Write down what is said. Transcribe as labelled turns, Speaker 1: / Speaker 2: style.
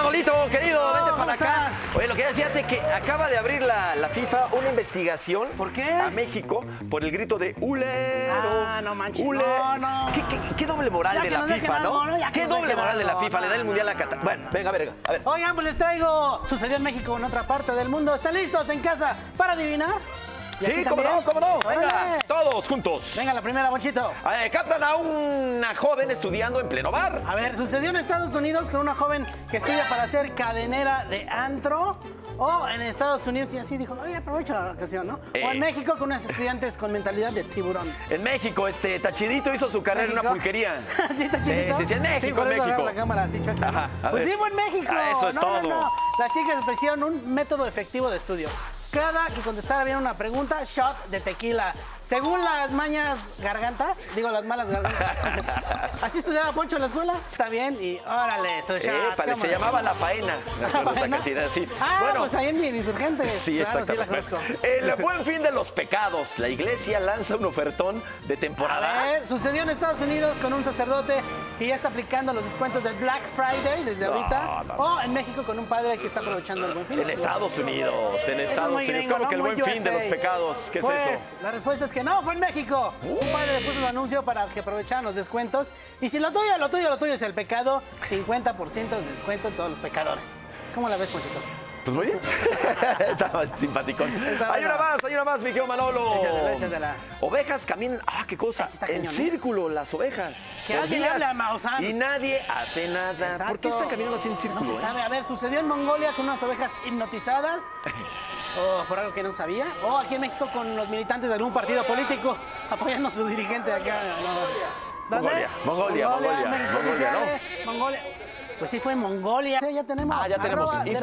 Speaker 1: Luisito, querido,
Speaker 2: No,
Speaker 1: vente
Speaker 2: ¿cómo
Speaker 1: para acá.
Speaker 2: estás?
Speaker 1: Oye, lo que es, fíjate que acaba de abrir la, la FIFA una investigación
Speaker 2: ¿Por qué?
Speaker 1: a México por el grito de Ulero.
Speaker 2: Ah, no manches,
Speaker 1: "Ulero".
Speaker 2: no, no.
Speaker 1: ¿Qué, qué- qué doble moral
Speaker 2: Ya
Speaker 1: de
Speaker 2: que
Speaker 1: la
Speaker 2: nos dejen
Speaker 1: FIFA,
Speaker 2: algo,
Speaker 1: ¿no?
Speaker 2: ¿no? Ya que
Speaker 1: ¿Qué
Speaker 2: nos
Speaker 1: doble
Speaker 2: dejen
Speaker 1: moral de la
Speaker 2: algo,
Speaker 1: FIFA? Le da el
Speaker 2: no,
Speaker 1: mundial
Speaker 2: no,
Speaker 1: a Qatar. Bueno, venga, a ver, venga, a ver.
Speaker 2: Oigan, pues les traigo. Sucedió en México, en otra parte del mundo. ¿Están listos en casa para adivinar? ¿Y
Speaker 1: Sí,
Speaker 2: aquí
Speaker 1: cómo no,
Speaker 2: también?
Speaker 1: cómo no.
Speaker 2: Órale.
Speaker 1: Venga, todos juntos.
Speaker 2: Venga, la primera, Bonchito.
Speaker 1: Eh, Captan a una joven estudiando en pleno bar.
Speaker 2: A ver, sucedió en Estados Unidos con una joven que estudia para ser cadenera de antro. O en Estados Unidos y así dijo, oye, aprovecho la ocasión, ¿no? O
Speaker 1: Eh.
Speaker 2: en México con unas estudiantes con mentalidad de tiburón.
Speaker 1: En México, este Tachidito hizo su carrera en una
Speaker 2: México.
Speaker 1: pulquería.
Speaker 2: sí, está chiquito.
Speaker 1: Sí, sí, sí, en México,
Speaker 2: Sí, por
Speaker 1: en
Speaker 2: eso agarra
Speaker 1: México.
Speaker 2: la cámara así chueca.
Speaker 1: Ajá, a
Speaker 2: pues
Speaker 1: ver.
Speaker 2: sí, fue en México.
Speaker 1: Ah, eso es
Speaker 2: no,
Speaker 1: todo.
Speaker 2: No, no. Las chicas se hicieron un método efectivo de estudio. Cada que contestara bien una pregunta, shot de tequila. Según las mañas gargantas, digo las malas gargantas. así estudiaba Poncho en la escuela, está bien, y órale,
Speaker 1: Eh,
Speaker 2: su shot.
Speaker 1: Épale, se
Speaker 2: cámara.
Speaker 1: llamaba La Faena. Me acuerdo esa
Speaker 2: Bueno.
Speaker 1: cantina, sí.
Speaker 2: Ah,
Speaker 1: Bueno.
Speaker 2: pues ahí en mi insurgente.
Speaker 1: Sí,
Speaker 2: claro, sí la
Speaker 1: exactamente.
Speaker 2: conozco.
Speaker 1: El buen fin de los pecados. La iglesia lanza un ofertón de
Speaker 2: A
Speaker 1: temporada.
Speaker 2: ver, Eh, sucedió en Estados Unidos con un sacerdote que ya está aplicando los descuentos del Black Friday desde
Speaker 1: No,
Speaker 2: ahorita.
Speaker 1: no,
Speaker 2: O en México con un padre que está aprovechando el buen fin.
Speaker 1: En Estados Unidos, en
Speaker 2: Eso es
Speaker 1: Estados
Speaker 2: muy
Speaker 1: Unidos.
Speaker 2: gringo,
Speaker 1: como
Speaker 2: ¿no?
Speaker 1: que el
Speaker 2: Muy
Speaker 1: buen fin de los
Speaker 2: USA.
Speaker 1: pecados. ¿Qué
Speaker 2: pues,
Speaker 1: es eso? Uh.
Speaker 2: la respuesta es que no, fue en México. Un padre le puso su anuncio para que aprovecharan los descuentos. Y si lo tuyo, lo tuyo, lo tuyo es el pecado, 50% de descuento en todos los pecadores. ¿Cómo la ves, Ponchito?
Speaker 1: Pues muy bien. Estaba simpaticón.
Speaker 2: Está
Speaker 1: hay
Speaker 2: buena.
Speaker 1: una más, hay una más, mi querido Manolo.
Speaker 2: Échatela, échatela.
Speaker 1: Ovejas caminan. Ah, qué cosa.
Speaker 2: Esto está
Speaker 1: en
Speaker 2: cañón, ¿eh?
Speaker 1: círculo, las ovejas.
Speaker 2: Que
Speaker 1: Por
Speaker 2: alguien
Speaker 1: días.
Speaker 2: hable a Maussan.
Speaker 1: Y nadie hace nada. ¿Por qué
Speaker 2: Exacto.
Speaker 1: están caminando así en círculo?
Speaker 2: No se
Speaker 1: eh?
Speaker 2: sabe. A ver, sucedió en Mongolia con unas ovejas hipnotizadas. O por algo que no sabía. O aquí en México con los militantes de algún partido político apoyando a su dirigente de acá. ¿no? ¿Dónde?
Speaker 1: Mongolia, Mongolia, Mongolia,
Speaker 2: México,
Speaker 1: Mongolia,
Speaker 2: Mongolia, Mongolia. Pues sí, fue en Mongolia. Sí, ya tenemos.
Speaker 1: Ah, ya tenemos.
Speaker 2: arroba
Speaker 1: Instagram.